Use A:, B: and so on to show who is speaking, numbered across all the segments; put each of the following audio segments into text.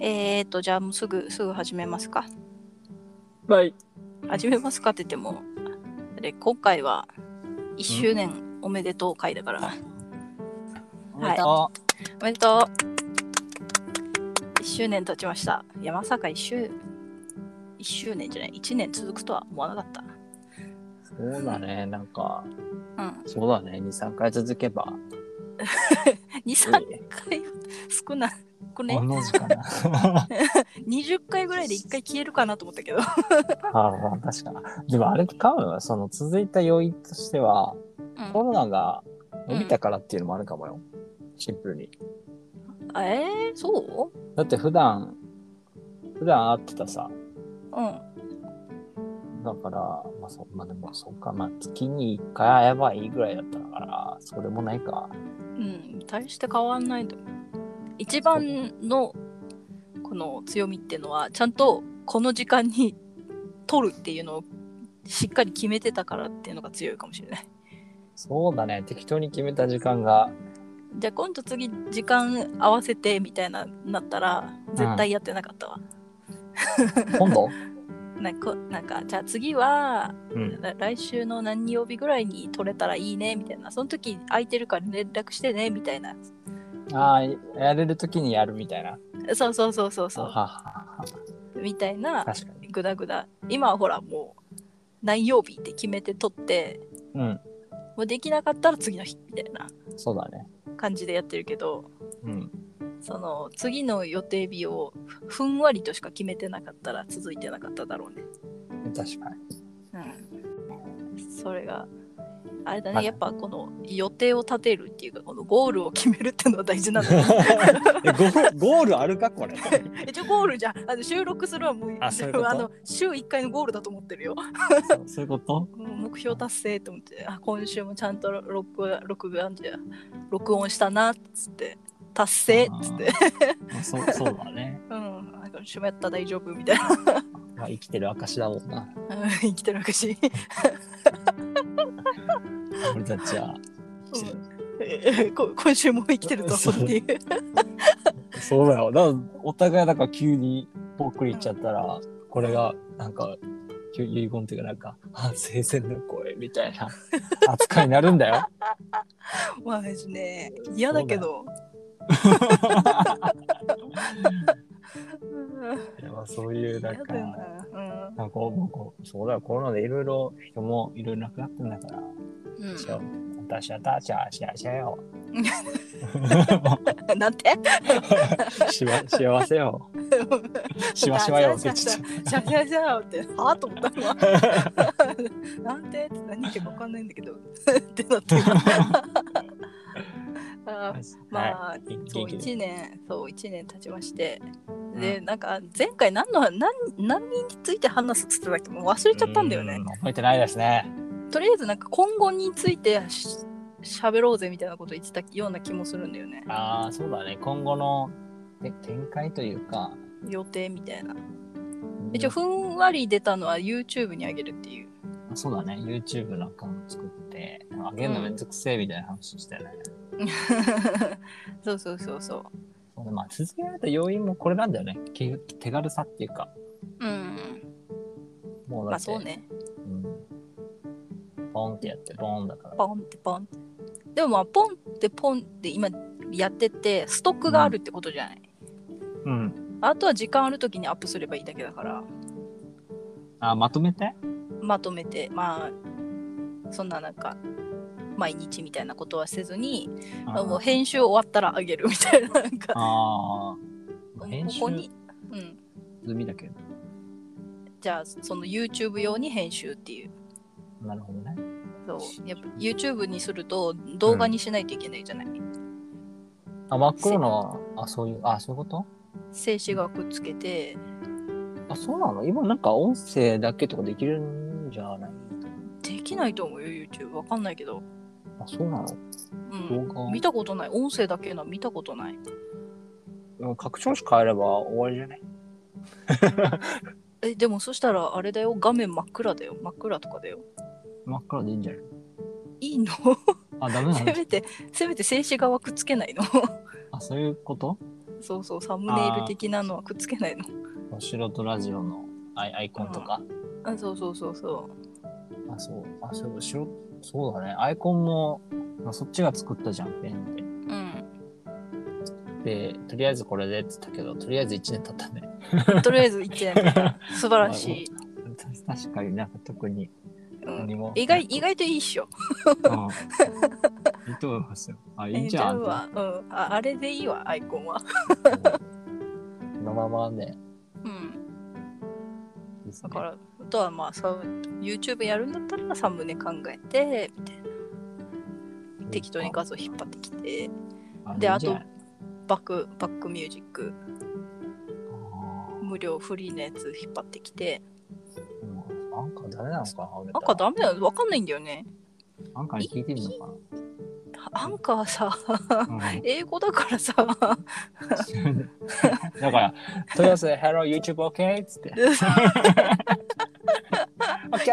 A: えっ、と、じゃあもうすぐ、すぐ始めますか。
B: はい。
A: 始めますかって言っても、で今回は1周年おめでとう会だから。はい
B: あ、
A: おめでとう !1 周年経ちました。いや、まさか1周、1周年じゃない、1年続くとは思わなかっ
B: そうだね。なんか、
A: た。うん。
B: そうだね。2、3回続けば
A: 2、
B: いい
A: 3
B: ね、
A: 回、少なくね
B: 同、じか な。
A: 20回ぐらいで1回消えるかなと思ったけど。
B: ああ、確かに。でもあれ多分、その続いた要因としては、
A: うん
B: コロナが伸びたからっていうのもあるかもよ。シンプルに。
A: えー、そう
B: だって普段、普段会ってたさ、
A: うん。
B: だから、まあそ、まあでもそうか、まあ月に1回会えばいいぐらいだったから、それもないか。
A: うん、大して変わんないと思う。一番のこの強みってのは、ちゃんとこの時間に取るっていうのをしっかり決めてたからっていうのが強いかもしれない。
B: そうだね。適当に決めた時間が、
A: じゃあ今度次時間合わせてみたいななったら絶対やってなかったわ。
B: 今度
A: なんかこなんかじゃあ次は
B: うん。
A: ら来週の何曜日ぐらいに取れたらいいねみたいなその時空いてるから連絡してねみたいな
B: ああ、やれる時にやるみたいな。
A: そうそうそうそう
B: あは
A: そ
B: はは
A: うみたいな
B: 確かに。
A: グダグダ今はほらもう何曜日って決めて取って
B: うん。
A: もうできなかったら次の日みたいな
B: そうだね。
A: 感じでやってるけど
B: うん。
A: その次の予定日をふふんわりとしか決めてなかったら続いてなかっただろうね
B: 確かに。
A: うんそれがあれだ
B: まあ
A: ねやっぱこの予定を立てるっていうかこのゴールを決めるっていうのは大事なんだ ね
B: えゴーゴールあるかこれ。
A: 一応ゴールじゃんあの収録するはもう
B: あそういうこと
A: あの週1回のゴールだと思ってるよ
B: そうそういうこと
A: 目標達成と思ってあ今週もちゃんと録画録画じゃ録音したなっつって達成っつって、
B: あそうそうだね。
A: うん、なんか今週もやった大丈夫みたいな
B: まあ、生きてる証だもんな。
A: うん生きてる証
B: 俺たちは。
A: こ今週も生きてると思う っていう
B: そうだよ。だからお互いなんか急にぽっくりいっちゃったら、これがなんかきゅ遺言っていうかなんか、あ、生前の声みたい な扱いになるんだよ。
A: まあですね嫌だけどうん
B: いやまあ そういうな
A: 嫌
B: んか
A: だ、よな
B: なんかこうもうこうそうだよ、コロナでいろいろ人もいろいろなくなってんだから。
A: うん、
B: しよう。私はダーチャーシャーシャーよ。
A: うん、なんて
B: しわ幸せよ。しわしわよって言っちゃっ
A: シャシャシャってはあと思ったのなんてって何言ってるか分かんないんだけどってなってあー
B: た。は
A: まあ、
B: い。
A: そう
B: 元気で。
A: 1年そう一年経ちましてでなんか前回何の何何について話すっつってたっけもう忘れちゃったんだよね
B: う。覚えてないですね。
A: とりあえずなんか今後についてし喋ろうぜみたいなこと言ってたような気もするんだよね
B: ああ、そうだね。今後のて展開というか。
A: 予定みたいな。
B: うん
A: 一応ふんわり出たのは YouTube にあげるっていう。
B: そうだね。YouTube のアカウント作って、あげるのめんどくせえみたいな話したよね。
A: そうそうそうそう。
B: そうねまあ、続けられた要因もこれなんだよね。け手軽さっていうか。
A: うん。
B: もう
A: まあ
B: だって。
A: そうね。
B: うんポンってやって、ポンだから。
A: ポンってポンって。でもまあポンってポンって今やっててストックがあるってことじゃない。
B: うん。
A: あとは時間ある時にアップすればいいだけだから
B: あ、まとめて
A: まとめてまあそんななんか毎日みたいなことはせずに
B: あ
A: もう編集終わったらあげるみたいななんか
B: ああ。
A: こ
B: 編集
A: こに、うん、
B: 済みだけど。
A: じゃあその YouTube 用に編集っていう
B: なるほどね。
A: そうやっぱ YouTube にすると動画にしないといけないじゃない、
B: あ、真っ黒の、あ、そういう、あ、そういうこと
A: 静止画くっつけて
B: あ、そうなの今なんか音声だけとかできるんじゃない
A: できないと思うよ YouTube わかんないけど、
B: あ、そうなの
A: うん、
B: 動画
A: 見たことない音声だけのは見たことない
B: うん拡張子変えれば終わりじゃない
A: えでもそしたらあれだよ画面真っ暗だよ真っ暗とかだよ
B: 真っ黒でいいんじゃない
A: いいの
B: あ、ダメな
A: せ
B: の
A: めてせめて静止画はくっつけないの
B: あ、そういうこと
A: そうそうサムネイル的なのはくっつけないの
B: 素人ラジオのアイアイコンとか。
A: あそうそうそうそ
B: あ、そう。あ、そう、素人そうだね。アイコンも、まあ、そっちが作ったじゃん、ペンで。
A: うう ん
B: で、とりあえずこれでって言ったけど、とりあえず1年経ったね。
A: とりあえず1年素晴らしい、
B: 確かになんか特に
A: うん、
B: 何も。
A: 意外意外といいっしょ
B: うんいいと思いますよ。あ、いいんじゃん。
A: えー
B: こ
A: はうん、ああれでいいわアイコンは
B: のままね。
A: うん
B: いいっすね
A: だからあとはまあサム YouTube やるんだったらサムネ考えてみたいな適当に画像引っ張ってきてで
B: いいんじゃ
A: あ
B: ない
A: バックバックミュージック
B: あ
A: 無料フリーのやつ引っ張ってきて
B: ーうんアンカー誰なのかな俺
A: なんかダメだわかんないんだよね
B: アンカーに聞いてみるのか
A: アンカーさ
B: な、 うん
A: 英語だからさ
B: だから、豊洲、Hello, YouTube OK? っ つって。OK,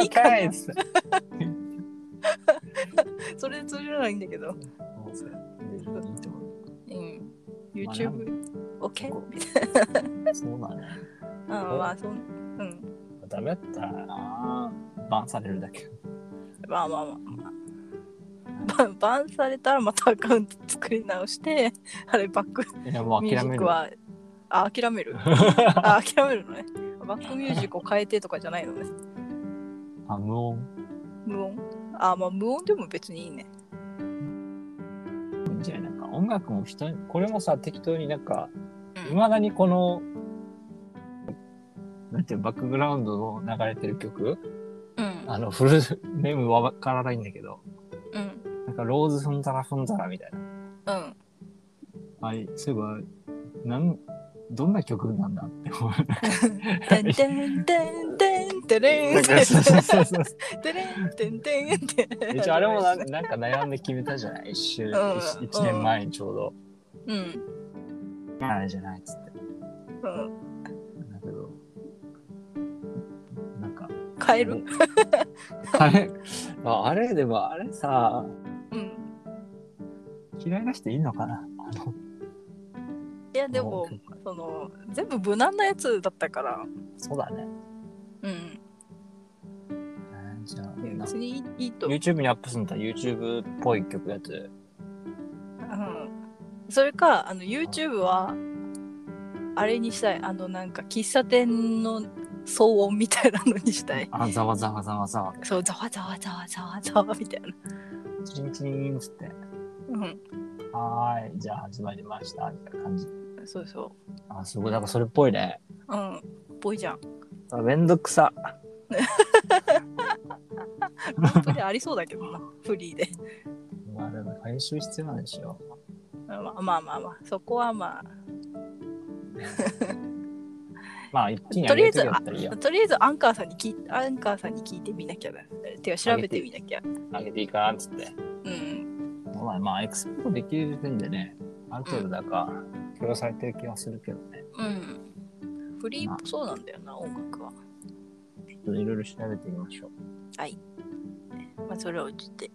A: いかな
B: OK! っつって。
A: それ通じらないんだけど、
B: もうそれでいいと思う
A: うん、
B: まあ
A: YouTubeOK? みたい
B: そうなの、ね。
A: なうんまあそんうん
B: ダメだったらな、バンされるだけ。
A: まあまあまあまあバンバンされたらまたアカウント作り直してあれバック
B: いや、もう
A: ミュー
B: 諦
A: ジ
B: め
A: ッ
B: る
A: ク。はあ諦める あ諦めるのねバックミュージックを変えてとかじゃないのね
B: あ、無音。
A: 無音あまあ無音でも別にいいね
B: いいんじゃないなんか音楽も人に、これもさ、適当になんか、
A: うん
B: いまだにこの、なんていうのバックグラウンドの流れてる曲、
A: うん
B: あの、フルネームはわからないんだけど、
A: うん
B: なんか、ローズ・フンザラ・フンザラみたいな。
A: うん
B: あれ、そういえば、なん、どんな曲なんだって思う。
A: てんてんてんてんてれ
B: なんん
A: てん
B: かそうそうそうそう
A: てれんてんてんって
B: 一応あれもななんか悩んで決めたじゃない一週、
A: うん
B: 一一年前にちょうど、
A: うん
B: あれじゃないっつって
A: うん
B: だけどなんか
A: 変える
B: あれ ああれでもあれさ
A: うん
B: 嫌いな人いんのかなあの
A: いやでもその全部無難なやつだったから
B: そうだね、
A: うん
B: えーじゃあ
A: いや
B: な
A: 別にいいと思う
B: YouTube にアップするんだったら YouTube っぽい曲やつ
A: うんそれかあの YouTube はあれにしたいあのなんか喫茶店の騒音みたいなのにしたい
B: あざわざわざわざわ
A: そうざわざわざわざわざわみたいな
B: チリンチリンっつって
A: う
B: はーいじゃあ始まりましたみたいな感じ
A: んそうそ
B: あすごいなんかそれっぽいね
A: ううんぽいじゃ ん
B: あめんどくさ
A: ロープでありそうだけどなフリーで
B: まあでも編集必要なんでしょ
A: まあまあまあまあそこはま
B: まあ一気に
A: と
B: 上
A: りあ
B: げ
A: えず
B: てやったらいいよ
A: あ。とりあえずアンカーさんに聞いアンカーさんに聞いてみなきゃだてか調べてみなきゃ
B: 上げていいかなっつって。
A: うん
B: まあまあエクスポートできる時点でね、ある程度なんか許容されてる気がするけどね。
A: うんフリーもそうなんだよな音楽は
B: ちょっといろいろ調べてみましょ
A: まあそれをちょっと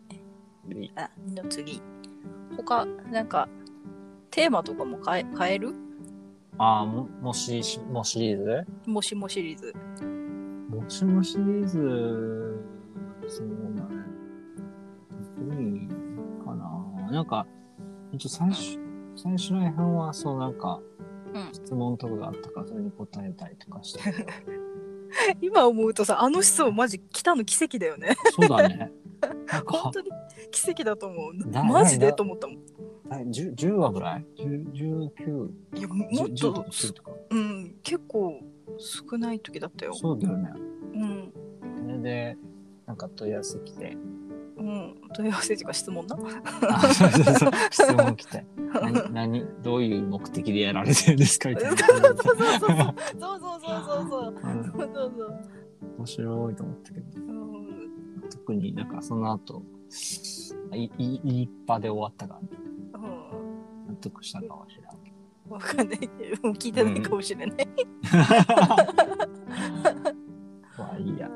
B: う。いい
A: あの次他なんかテーマとかも変え変える
B: ああ、ももし、もシリーズ
A: もしもシリーズ
B: もしもシリーズ、そうだね。特にいいかな。なんか、一応最初、最初の絵本はそうなんか、
A: うん
B: 質問とかがあったからそれに答えたりとかして。
A: 今思うとさあの質問マジ来たの奇跡だよね
B: そうだね。 なんか
A: 本、当に奇跡だと思う
B: な
A: マジ
B: な
A: で
B: な
A: と思ったもん
B: 第 10, 10話ぐらい ?19、
A: いやももっ
B: 10
A: と
B: 9とか。
A: うん結構少ない時だったよ
B: そうだよね。
A: うん
B: それで、なんか問い合わせ来て、
A: うん問い合わせとか質問な
B: あそうそうそう 質問来て、何、何どういう目的でやられてるんですかみたいな
A: そうそう
B: 感
A: そうそうそうそうそうそう
B: じで。うん
A: そうそうそう
B: 面白いと思ったけど、
A: うん
B: 特になんかその後、いいいいっぱで終わったから、
A: うん
B: 納得したかもしれない。
A: わかんないもう聞いてないかもしれない、
B: まあいいや。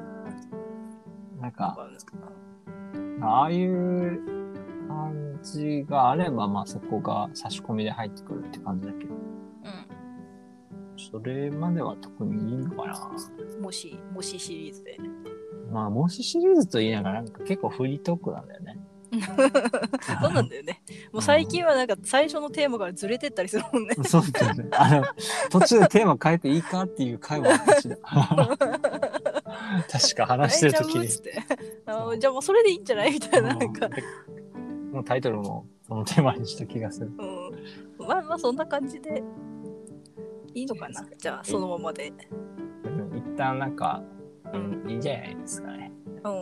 B: なん
A: あ
B: か、ああいう感ちがあれば、まあそこが差し込みで入ってくるって感じだけど、
A: う
B: それまでは特にいいのかな。
A: ん。もし、もしシリーズで。
B: まあ、もしシリーズと言いながら、なんか結構フリートークなんだよね。
A: そうなんだよね。もう最近はなんか最初のテーマからずれてったりするもんね。
B: そうだよね。あの、途中でテーマ変えていいかっていう回もあったしな確か話してる時
A: 大丈夫っ
B: に
A: つって。あーじゃあもうそれでいいんじゃないみたいな。なんか、
B: うんもうタイトルもそのテーマにした気がする。
A: うん。まあまあそんな感じでいいのかな。じゃあそのままで。
B: うん一旦なんか、うん、いいんじゃないですかね。
A: うん。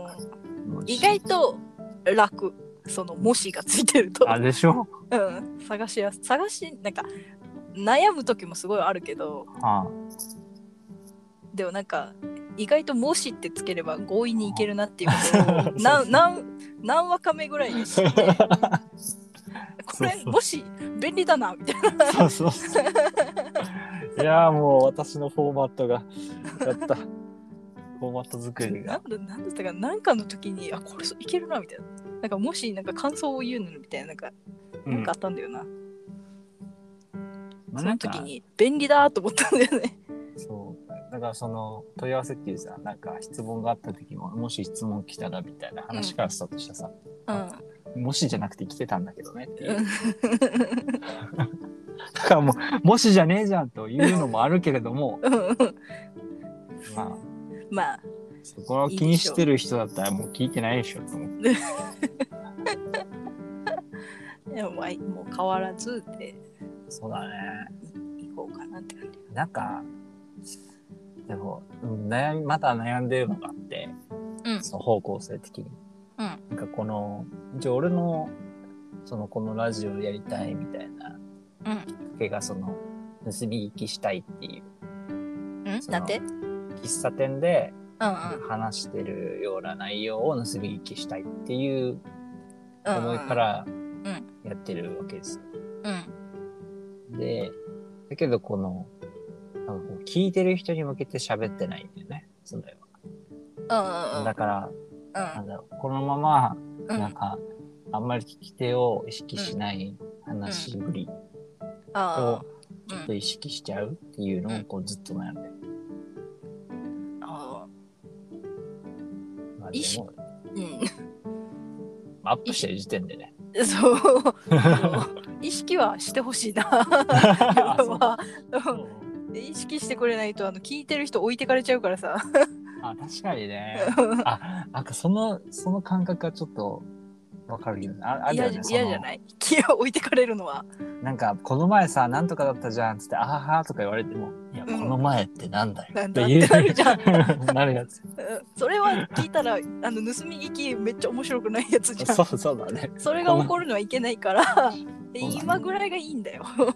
B: もう
A: 意外と楽。そのもしがついてると。
B: あ、でしょ
A: うん。探しやす探し、なんか悩む時もすごいあるけど、
B: あ
A: でもなんか意外と「もし」ってつければ強引にいけるなっていうことを何何何話か目ぐらいに知ってこ
B: そう
A: れ
B: そう
A: もし便利だなみたいな
B: あ。そうそうそう。いやーもう私のフォーマットが、やった。フォーマット作り
A: な
B: が。
A: んだなんだったかなんかの時にあこれいけるなみたいななんかもしなんか感想を言うのみたいななんか なんかあったんだよな、
B: うんまあ
A: そ
B: な
A: の
B: んか
A: 時に便利だと思ったんだよね
B: そう。だからその問い合わせっていうさ、なんか質問があった時も、もし質問来たらみたいな話からスタートしたさ、
A: うん
B: もしじゃなくて来てたんだけどねっていう。だからもう、もしじゃねえじゃんというのもあるけれども、
A: うん
B: ま
A: まあ
B: あ、そこは気にしてる人だったらもう聞いてないでしょと思って。
A: でもまあもう変わらずで
B: そうだね。
A: いこうかなって感じ
B: なんか、でも、うん悩み、まだ悩んでるのがあって、
A: うん
B: その方向性的に。
A: うん
B: なんかこの、一応俺の、そのこのラジオやりたいみたいな、
A: うん
B: けがその、盗み聞きしたいっていう、
A: うん
B: その
A: なんてうん
B: 喫茶店で
A: うん
B: 話してるような内容を盗み聞きしたいっていう
A: うん
B: 思いから
A: ん
B: やってるわけですよ。
A: うん
B: で、だけどこの、なんかこう聞いてる人に向けて喋ってないんだよね、それ
A: うん
B: は。
A: うん
B: だから、
A: うん
B: なんだろう、このまま、
A: う
B: なん
A: ん、
B: か、あんまり聞き手を意識しない話しぶり
A: あ
B: を
A: ー
B: ちょっと意識しちゃうっていうのをこうずっと悩んでる。
A: うんあ
B: まあ
A: 意
B: で
A: 識
B: も、
A: ー、
B: アップしてる時点でね。
A: うん、 そう意識はしてほしいな
B: あそう
A: は
B: そう
A: 意識してくれないとあの聞いてる人置いてかれちゃうからさ
B: あ、確かにね。あ、なんかその、その感覚はちょっとわかるけどね、あ、あるよ
A: 嫌
B: ね
A: じゃ嫌じゃ
B: い
A: ない気を置いてかれるのは
B: なんか、この前さ、なんとかだったじゃんっつって、あははとか言われても、いや、こ
A: うん
B: の前ってなんだよ
A: なん
B: って
A: だっ
B: 言
A: て
B: う、
A: なるじゃ
B: なるや つ。
A: うんそれは聞いたらあの盗み聞きめっちゃ面白くないやつじゃん
B: そう、そうだね。
A: それが起こるのはいけない からで
B: そうだね
A: 今ぐらいがいいんだよ、
B: 確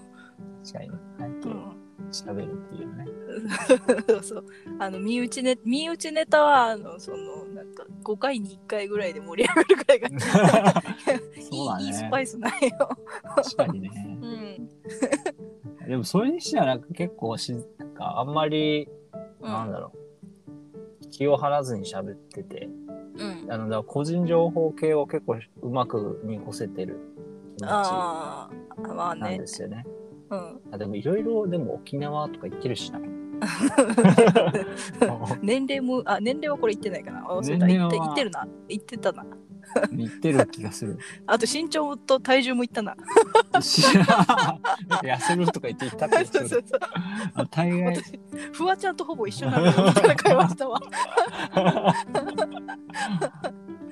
B: かにね。早
A: う
B: く
A: ん、
B: 喋るっていうね。
A: そう そうあの身内ネ身内ネタはあのそのなんか5回に1回ぐらいで盛り上がるぐらいが
B: そう だ
A: いいいいス
B: ね。
A: パイスないよ。
B: 確かにね
A: う。ん。
B: でもそれにしてはなんか結構し、なんかあんまり、
A: う
B: なん
A: ん。
B: だろう。気を張らずに喋ってて、
A: うん、
B: あの、だから個人情報系を結構うまく濁せてる気持
A: ああ、まあ
B: ちなん
A: ね
B: で。すよね。
A: うん。
B: あでもいろいろ、でも沖縄とか行ってる しな。
A: 年齢も、あ、年齢はこれ言ってないかな。あ、そうだ、
B: 年
A: 言って言
B: 齢は
A: ってるな。言ってたな。
B: 行ってる気がする。
A: あと身長と体重も言ったな。
B: 痩せるとか言って行ったっ て
A: そうそうそう。
B: あ大概
A: 私、 フワちゃんとほぼ一緒なのよ。みたいな会話 したわ。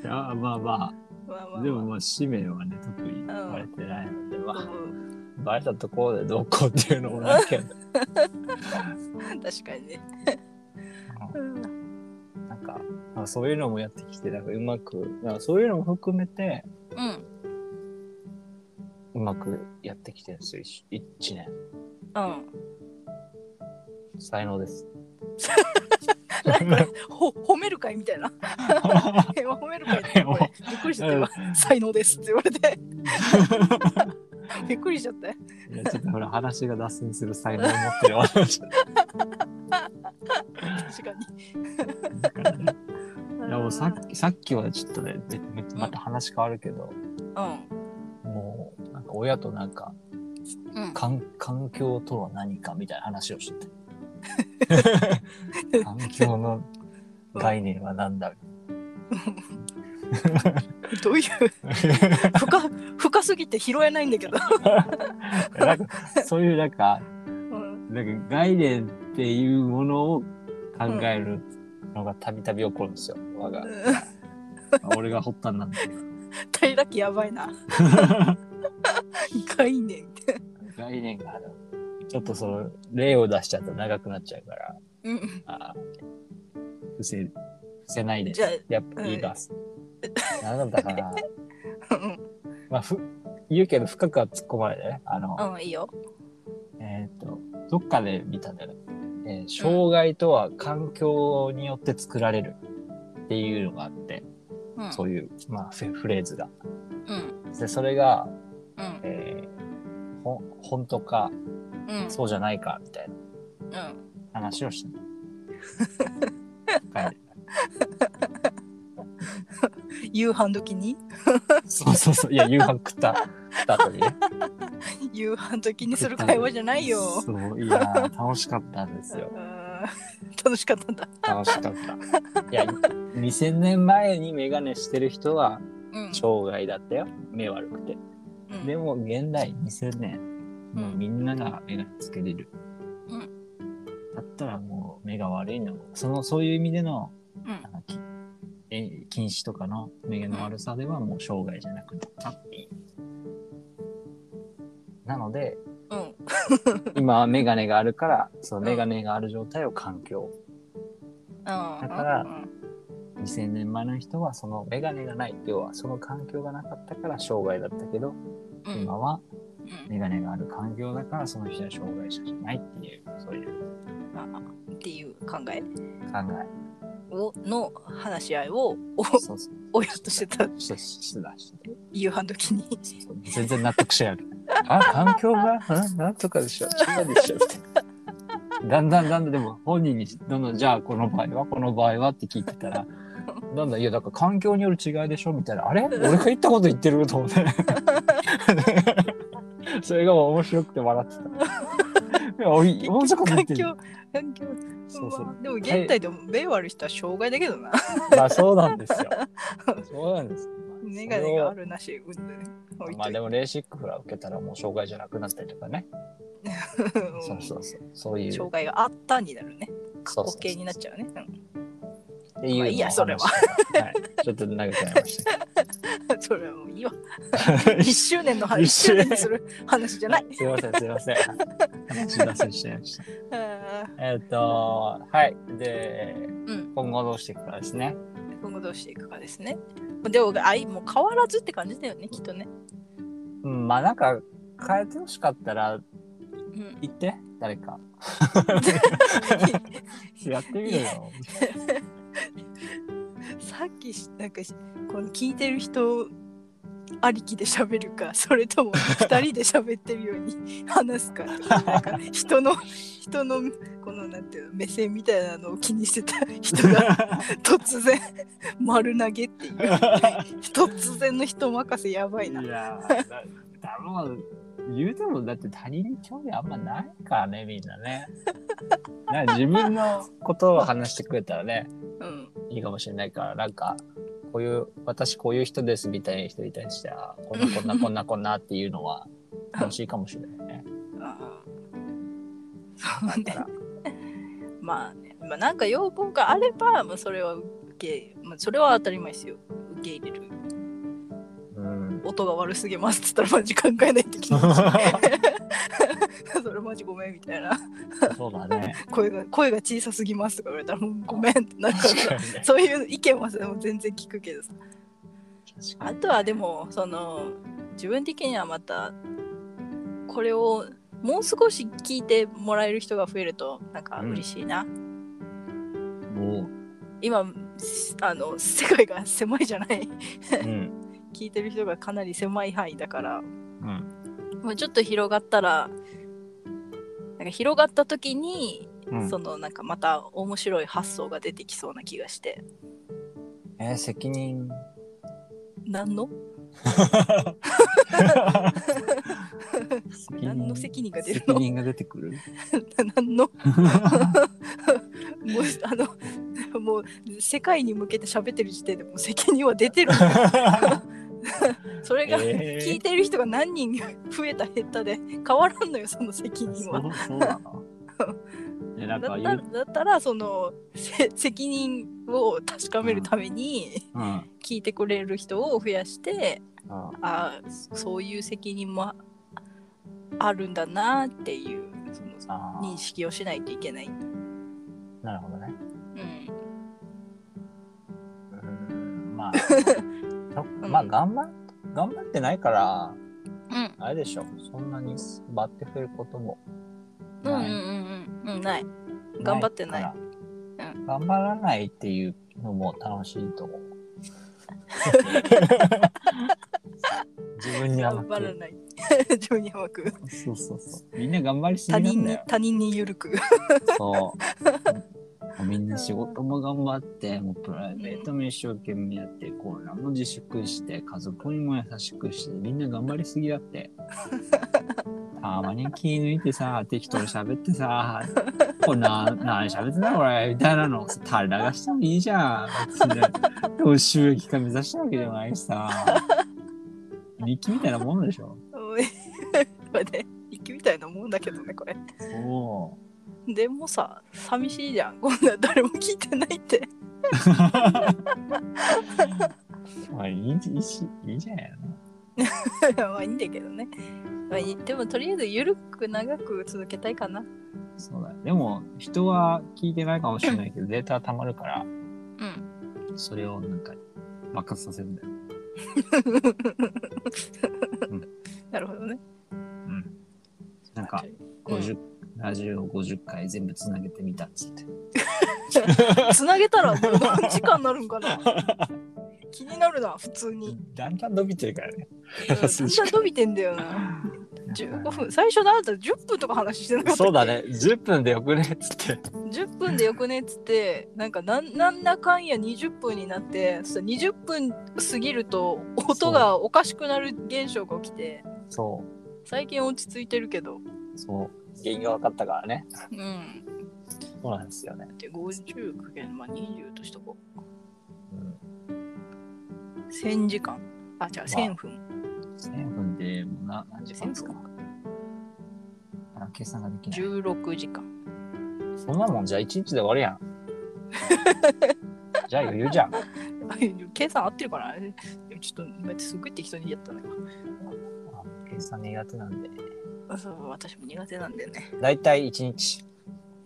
B: いや
A: ま
B: まあま
A: あまあ、ま
B: あ
A: あ。
B: でもまあ使命はね特にバレてないので、ま
A: うん
B: あ、バレたところでどうこうっていうのもないけど
A: 確かにね。
B: う
A: うん。
B: なんかまあそういうのもやってきてなんかうまくなんかそういうのも含めて
A: うん。
B: うまくやってきてるんですよ一一年
A: うん、
B: 才能 です
A: ほ褒める会みたいな。え褒める会ってこれびっくりしちゃった今。才能ですって言われ て。びっくりしちゃったよ。
B: いやちょっとほら話が脱線する才能を持って る私
A: 確かに。
B: だからねいやもうさっきさっきはちょっとねでまた話変わるけど、
A: うん。
B: うん親となんか
A: うん
B: 環環境とは何かみたいな話をして て環境の概念は何だ
A: どういう 深深すぎて拾えないんだけど、
B: なんかそういうなんか
A: うん
B: なんか概念っていうものを考えるのがたびたび起こるんですよ我が俺が発端なんだけど
A: 平らきやばい な概念って
B: 概念があるちょっとその例を出しちゃうと長くなっちゃうから
A: うん
B: あー伏せ伏せないで
A: じゃあ
B: やっぱ言います。何だった かな。
A: うん
B: まあ、ふ言うけど深くは突っ込まれてね。あの、
A: うんいいよ
B: えっ、と、どっかで見たんだよね。えー障害とは環境によって作られるっていうのがあって、
A: うん
B: そういう、まあ、フェフレーズが。
A: うん
B: で、それが、
A: うん
B: えーほ本当か、
A: うん
B: そうじゃないか、みたいな
A: うん
B: 話をして た。帰る
A: 夕飯時に
B: そうそうそう。いや、夕飯食った、食った後にね。
A: 夕飯時にする会話じゃないよ
B: そう、いやー、楽しかったんですよ
A: う。ん楽しかったんだ
B: 楽しかった。いや、2000年前にメガネしてる人は
A: うん
B: 障害だったよ。目悪くて。
A: うん
B: でも、現代2000年、もうみんながメガネつけれる。
A: うん
B: だったらもう目が悪いのも、その、そういう意味での、
A: うん
B: あのきえ近視とかの目の悪さではもう障害じゃなくなったっていう。なので、
A: うん
B: 今はメガネがあるから、そのメガネがある状態を環境。
A: だ
B: から2000年前の人はそのメガネがない要はその環境がなかったから障害だったけど、
A: うんうん
B: 今は
A: うん
B: メガネがある環境だからその人は障害者じゃないっていうそういう
A: あっていう考え
B: 考
A: をの話し合いをお
B: えそうそう
A: 親としてた
B: してしてたして
A: 夕飯時に
B: そう全然納得しないあ環境が うんなんとかでしょ違うでしょってだんだんだんだんでも本人にどんどんじゃあこの場合はこの場合はって聞いて たらなんだんいやだから環境による違いでしょみたいなあれ俺が言ったこと言ってると思って それがもう面白くて笑ってたいやおい面白いこと言
A: 環
B: ってる
A: 境環境
B: そうそう
A: まあでも現代でも目悪い人は障害だけどな
B: まあそうな んですよそうなんです
A: 眼鏡があるなしうん置いといて
B: まあでもレーシックフラ受けたらもう障害じゃなくなったりとかね、
A: うん
B: そうそうそうそういう
A: 障害があったになるね
B: そうそうそう
A: 固形になっちゃうねうん
B: っていうのを
A: まあいいやそれは
B: はい、ちょっと長くなりました け
A: それはもう いいわ
B: ど
A: 1周年の話
B: 一
A: 一
B: 周
A: 周
B: 年
A: 年にする話じゃない
B: すいませんすいません話出せしちゃいました
A: あ
B: えっ、とはいで、
A: ん
B: 今後どうしていくかですね
A: ー今後どうしていくかですねでもあいもう変わらずって感じだよねきっとね
B: うんまあなんか変えてほしかったら
A: うん
B: 言って誰かやってみろよ
A: さっきしなんかしこの聞いてる人ありきで喋るかそれとも二人で喋ってるように 話すかとかなんか人の人のこのなんていうの目線みたいなのを気にしてた人が 突然丸投げっていう突然の人任せやばい
B: い
A: な。
B: やーだだろう言うてもだって他人に興味あんまないからねみんな ねなんか自分のことを話してくれたらね
A: うん
B: いいかもしれないからなんかこういう私こういう人ですみたいな人に対してはこんなこ んなこんなこんなっていうのは楽しいかもしれないね。
A: あーそう
B: だ
A: ね
B: から
A: まあね、まあ、なんか要望があれば、まあ、それは受け、まあ、それは当たり前ですよ受け入れる
B: うん
A: 音が悪すぎますって言ったらマジ考えないとき それマジごめんみたいな
B: そうだね。
A: 声が声が小さすぎますとか言われたらもうごめんってなるから
B: 確かにね
A: そういう意見はさ全然聞くけどさ
B: 確か
A: あ
B: に
A: とはでもその自分的にはまたこれをもう少し聞いてもらえる人が増えるとなんか嬉しいな、
B: もう
A: 今あの世界が狭いじゃない
B: うん
A: 聞いてる人がかなり狭い範囲だから
B: うん
A: もうちょっと広がったらなんか広がった時に、
B: うん
A: そのなんかまた面白い発想が出てきそうな気がして
B: えー責任
A: 何の
B: 責任
A: 何の責任が出る
B: 責
A: の
B: 任が出てくる。
A: 何 のもうあのもう世界に向けて喋ってる時点でもう責任は出 てるそれが
B: えー
A: 聞いてる人が何人増えた減ったで変わらんのよその責任は。
B: そうそうだ な。えな
A: だ
B: ん
A: った
B: か言
A: ら
B: う、
A: だったらその せ責任を確かめるために
B: うんうん
A: 聞いてくれる人を増やしてあーそそういう責任もああるんだなっていうその
B: あ
A: 認識をしないといけない。
B: ーなるほどね。
A: うん
B: うー んまあ、ちょまあ頑張っ頑張ってないから、
A: うん
B: あれでしょ、そんなにバッて増えることも
A: うんうん
B: ない
A: うんうんない頑張ってない
B: から
A: う
B: 頑張らないっていうのも楽しい と思う。自分に甘
A: 頑張ら
B: く。
A: ない 自分に甘く
B: そうそうそう。みんな頑張りす
A: 他
B: ぎな
A: 人
B: んだ
A: に
B: よ。
A: 他人に緩く
B: そう。みんな仕事も頑張って、もうプライベートも一生懸命やって、コーラも自粛して、家族にも優しくして、みんな頑張りすぎだ って。たまに気抜いてさ、適当に喋ってさ、これな、何喋ってんだこれ、みたいなのを垂れ流してもいいじゃん。別にでも収益化目指したわけでもないしさ。日記みたいなもんでしょ。
A: おいこれね一気みたいなもんだけどねこれ
B: そう。
A: でもさ寂しいじゃんこんな誰も聞いてないって
B: まあ、いいじいいしいいじゃんやな。
A: まあいいんだけどね、まあ、いいでもとりあえず緩く長く続けたいかな
B: そうだよでも人は聞いてないかもしれないけどデータは溜まるから
A: うん
B: それをなんか爆発させるんだよ。
A: なるほどね
B: うん、なんか50、ラジオ50回全部つなげてみたっつって。
A: つなげたらもう何時間になるんかな気になるな普通に、
B: だんだん伸びてるからね。
A: うん、だんだん伸びてんだよな15分最初なんだったら10分とか話してなかったっけ
B: そうだね10分でよくねっつって。
A: 10分でよくねっつってなんかなんなんだかんや20分になってそしたら20分過ぎると音がおかしくなる現象が起きて
B: そ
A: 最近落ち着いてるけど
B: うそう原因が分かったからね。
A: うん
B: そうなんですよね。
A: で50かけるまあ20としとこ
B: うん、
A: う1000時間あじゃあ
B: まあ
A: 1000分
B: 1000分でもうな何時間
A: 1000
B: ですか
A: 分か
B: あ計算ができない。
A: 16時間
B: そんなもんじゃあ1日で終わるやん。じゃあ余裕じゃん。
A: あ計算合ってるかなちょっと待ってすごい適当にやったの今
B: あ 計算苦手なんで。
A: あそう私も苦手なんだよね
B: だいたい1日。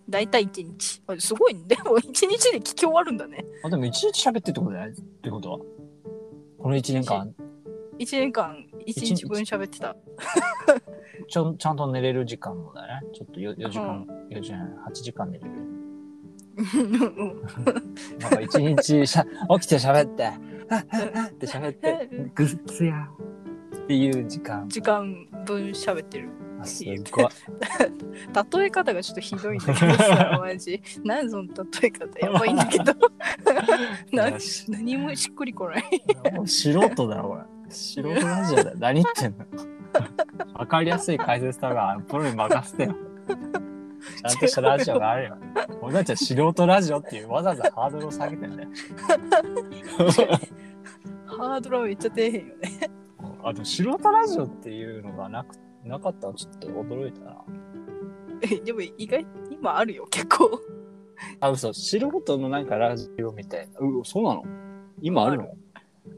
A: 大体1日あすごいねでも1日で聞き終わるんだね
B: あ、でも1日喋ってってことだよ。ってことは。この1年間、
A: 1年間1
B: 一日
A: 日分喋ってた
B: ちょんちゃんと寝れる時間もだね。ちょっと 4, 時
A: う
B: 間、4時間、8時間寝れる。
A: うん
B: なんか1日しゃ 起きて喋って、あああって喋って、ぐっすやっていう時間。
A: 時間分喋ってる
B: あ、すっごい。
A: 例え方がちょっとひどいんだけど さマジ何その例え方やばいんだけ どな 何もしっくりこない
B: もう素人だろ、これ。素人ラジオ だよ。何言ってんのわかりやすい解説だから、プロに任せてよ。 ちゃんとしたラジオがあるよ。俺たちは素人ラジオっていうわざわざハードルを下げてんだよ。
A: ハードルはめっちゃ出えへんよね
B: あと、素人ラジオっていうのがなくなかったのちょっと驚いたな。
A: えでも意外今あるよ結構
B: あ、嘘。素人のなんかラジオみたいな。うそうなの今あるの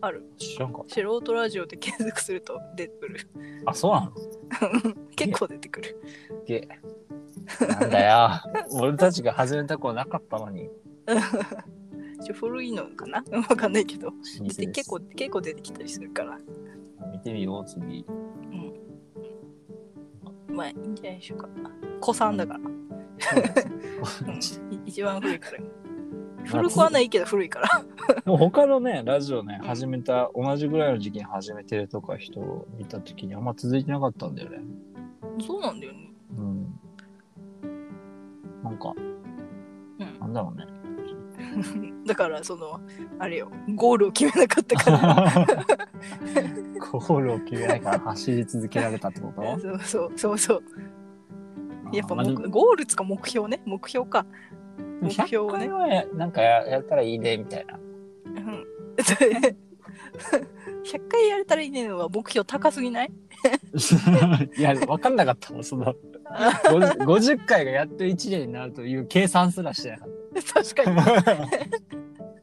A: ある
B: 知らんかっ
A: 素人ラジオで検索すると出てくる
B: た。あ、そうなの
A: 結構出てくる
B: げえなんだよ。俺たちが始めた頃なかったのに。
A: ちょ古いのかなわかんないけど
B: 老舗です
A: 結構結構出てきたりするから
B: 見てみよう、次。
A: まあいいんじゃないでしょうか子さんだから、い一番古い から古くはないけど古いから
B: で も他のね、ラジオね、
A: うん
B: 始めた、同じぐらいの時期に始めてるとか人を見た時にあんま続いてなかったんだよね。
A: そうなんだよね
B: うん。なんか、
A: うん
B: なんだろうね。
A: だからそのあれよゴールを決めなかった から
B: ゴールを決めないから走り続けられたって こと
A: そうそうそうそうやっぱ
B: あまあ
A: 目ゴールつか目標ね目標か目標をね
B: 100回はやなんかややったらいいねみたい な。
A: うん100回やれたらいいねのは目標高すぎない
B: いや、分かんなかったもん、その。
A: あ
B: 50 50回がやっと1年になるという計算すらしてなかっ
A: 確かに
B: た。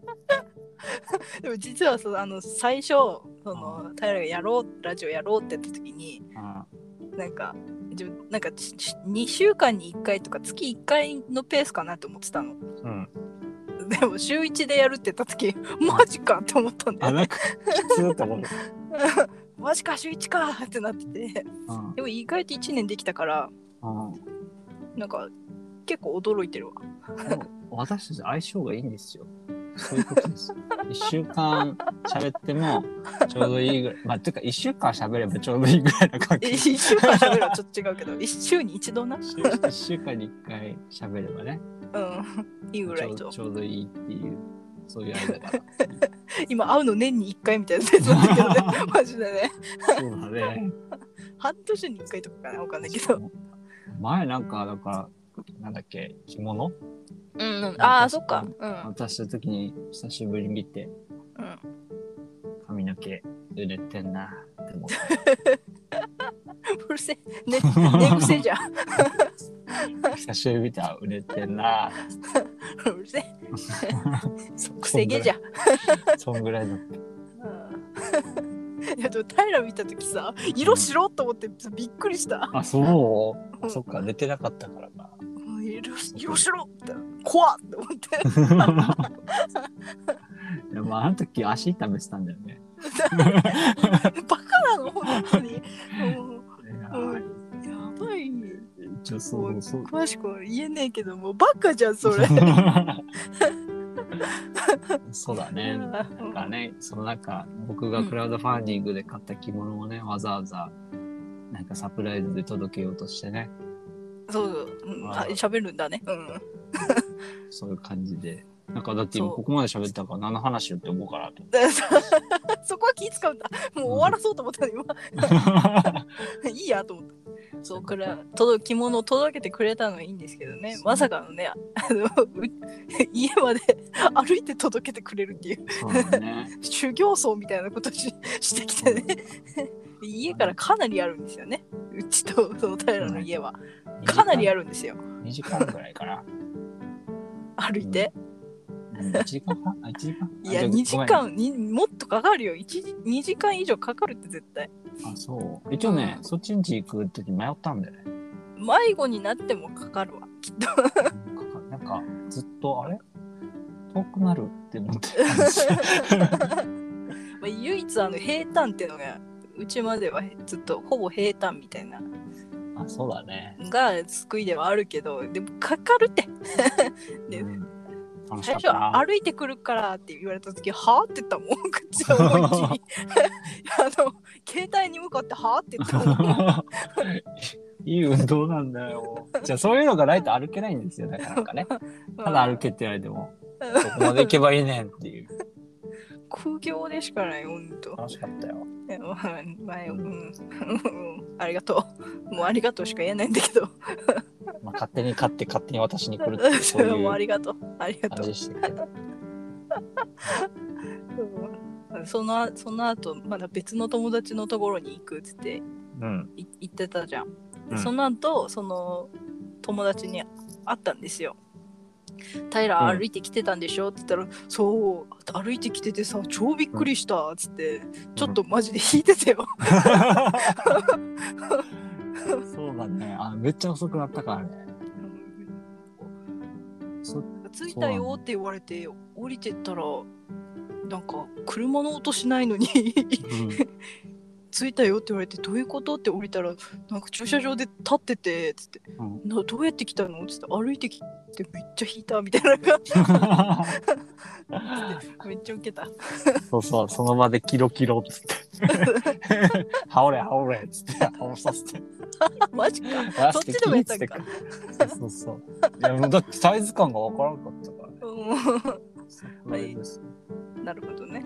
A: でも実はそのあの最初その平がやろうラジオやろうってやった時に
B: あ
A: なんか自分なんかしし2週間に1回とか月1回のペースかなと思ってたの
B: うん、
A: でも週1でやるって言った時マジかって思ったんだ
B: あ
A: よ
B: な
A: ね
B: んかきつーって思う。
A: マジか週1かってなってて
B: うん
A: でも意外と1年できたから
B: うん
A: なんか結構驚いてるわ
B: でも私たち相性がいいんですよ。そういうことです。1週間喋ってもちょうどいいぐらい。まあ、ていうか1週間喋ればちょうどいいぐらいな感
A: え
B: じ。
A: 1週間喋るはちょっと違うけど1週に一度な
B: 1週間に1回喋ればね
A: うんいいぐ
B: ち
A: ら
B: ょ
A: いう
B: ど、
A: と
B: ちょうどいいっていう、そういうあれだから。
A: 今会うの年に1回みたいなやつなんだけどね マジでね
B: そうだね。
A: 半年に1回とかかなわかんないけど
B: そう前なんか、だから、なんだっけ、着物
A: うん、うんん、ああそっかうん
B: 渡した時に久しぶりに見て、
A: うん
B: 髪の毛濡れてんなって思っ
A: うるせえね寝癖じゃん
B: た。久しぶりに見たら濡れてんな
A: うるせ えくせ毛じゃん
B: そんぐらいだった。
A: うんいやでも平見た時さ色白っと思ってびっくりした、
B: あ、そうう。
A: ん
B: そっか、寝てなかったから か。
A: うん色色白って怖っって思って
B: いや、まあ、あの時足痛めてたんだよね。
A: バカなの本当にも
B: いや
A: う、う
B: ー
A: ん、やばい
B: 一応そう、そう。
A: 詳しくは言えねえけどもうバカじゃんそれ
B: そうだね。
A: うん
B: なんかね、その中、僕がクラウドファンディングで買った着物をね、わざわざ、なんかサプライズで届けようとしてね、
A: そうそううんあ喋るんだねうん
B: そういう感じで。なんかだって今
A: そう
B: ここまで喋ったから何の話よって思うかな と
A: だからさそこは気使うんだもう終わらそうと思ったの今いいやと思ったそうこれは届着物を届けてくれたのはいいんですけどねまさかのねあのう 家まで歩いて届けてくれるっていう
B: そうだね。
A: 修行僧みたいなことししてきてね家からかなりあるんですよねうちとその平の家はかなりあ
B: る。
A: るんですよ
B: 2時間ぐらいかな。
A: 歩いて、
B: うん1時間 半あ ?1 時間
A: いや
B: あ
A: 2時。
B: じゃあ
A: 間にもっとかかるよ1 2時間以上かかるって絶対
B: ごめんあ、そう。一応ね、
A: うん
B: そっちんち行く時迷ったんだよ ね。
A: 迷子になってもかかるわきっと
B: なんか、ずっと、あれ遠くなるって思ってた んですよ。
A: まあ唯一あの平坦っていうのがうちまではずっとほぼ平坦みたいな
B: あ、そうだね。
A: が救いではあるけどでもかかるってで
B: うん楽し
A: 最
B: かっ
A: 初
B: た
A: は
B: な。
A: 歩いてくるからって言われた時はあって言ったもんこっちは思いっきり あの携帯に向かってはあって言ったもん
B: いい運動なんだよ。じゃあそういうのがないと歩けないんですよ、なかな かね。 ただ歩けって言われても、
A: うん
B: ここまで行けばいいねんっていう。
A: 苦行でしかないほんと
B: 楽しかったよ。
A: でもまあうん ありがとうもうありがとうしか言えないんだけど
B: まあ、勝手に勝って勝手に私に来るっていう、
A: そ
B: そう
A: れはもうあ
B: いう
A: りがとうありがと
B: 感
A: う
B: じでしたけど。
A: うんそのその後まだ別の友達のところに行くっつって
B: うん。
A: い行ってたじゃん、
B: うん
A: その後その友達に会ったんですよ平
B: うん
A: 歩いてきてたんでしょって言ったら、そう歩いてきててさ超びっくりしたっつって、ちょっとマジで引いてたよ
B: そうだね。あ、めっちゃ遅くなったからね。そ
A: 着いたよって言われて降りてったらなんか車の音しないのに 着いたよって言われてどういうことって降りたらなんか駐車場で立っててつって、
B: うん
A: などうやって来たのつって歩いてきてめっちゃ引いたみたいなのがめっちゃウケた
B: そうそう、その場でキロキロっつって。羽織れ羽織れっつって、羽織させて。
A: マジか
B: あ
A: そっちでもやったんか。
B: 素敵っつってそうそうそう。いや、もうだってサイズ感がわからんかったからね。
A: うん
B: これです。
A: なるほどね。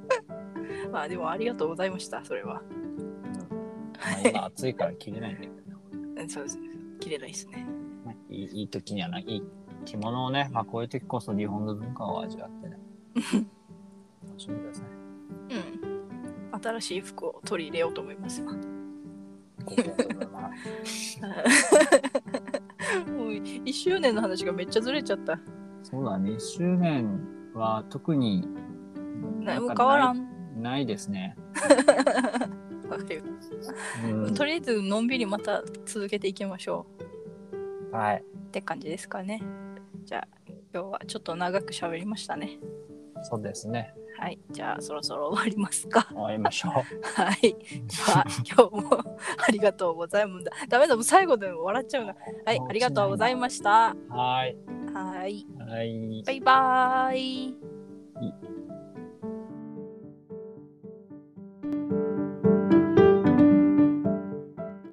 A: まあでもありがとうございました、それは。
B: まあ、今暑いから着れないんだけど、
A: うんそうですね。切れないですね。
B: まあいいいい時にはないい着物をね、まあ、こういう時こそ日本の文化を味 わってね。楽しんでください。
A: うん。新しい服を取り入れようと思います。
B: ご苦労様でございます
A: もう1周年の話がめっちゃずれちゃった。
B: そうだね、1周年は特に
A: 何も変わら
B: んか
A: ん。
B: ないないですね。
A: わかるよ
B: うん
A: とりあえずのんびりまた続けていきましょ
B: はい。
A: うって感じですかね。じゃあ今日はちょっと長く喋りましたね。
B: そうですね。
A: はい。じゃあそろそろ終わりますか。
B: 終わりましょう。
A: はい。じゃあ今 日もありがとうございます。ダメだ、もう最後でも笑っちゃうな。はい。ありがとうございました。
B: はい。
A: はい。
B: はい。
A: バイバーイ。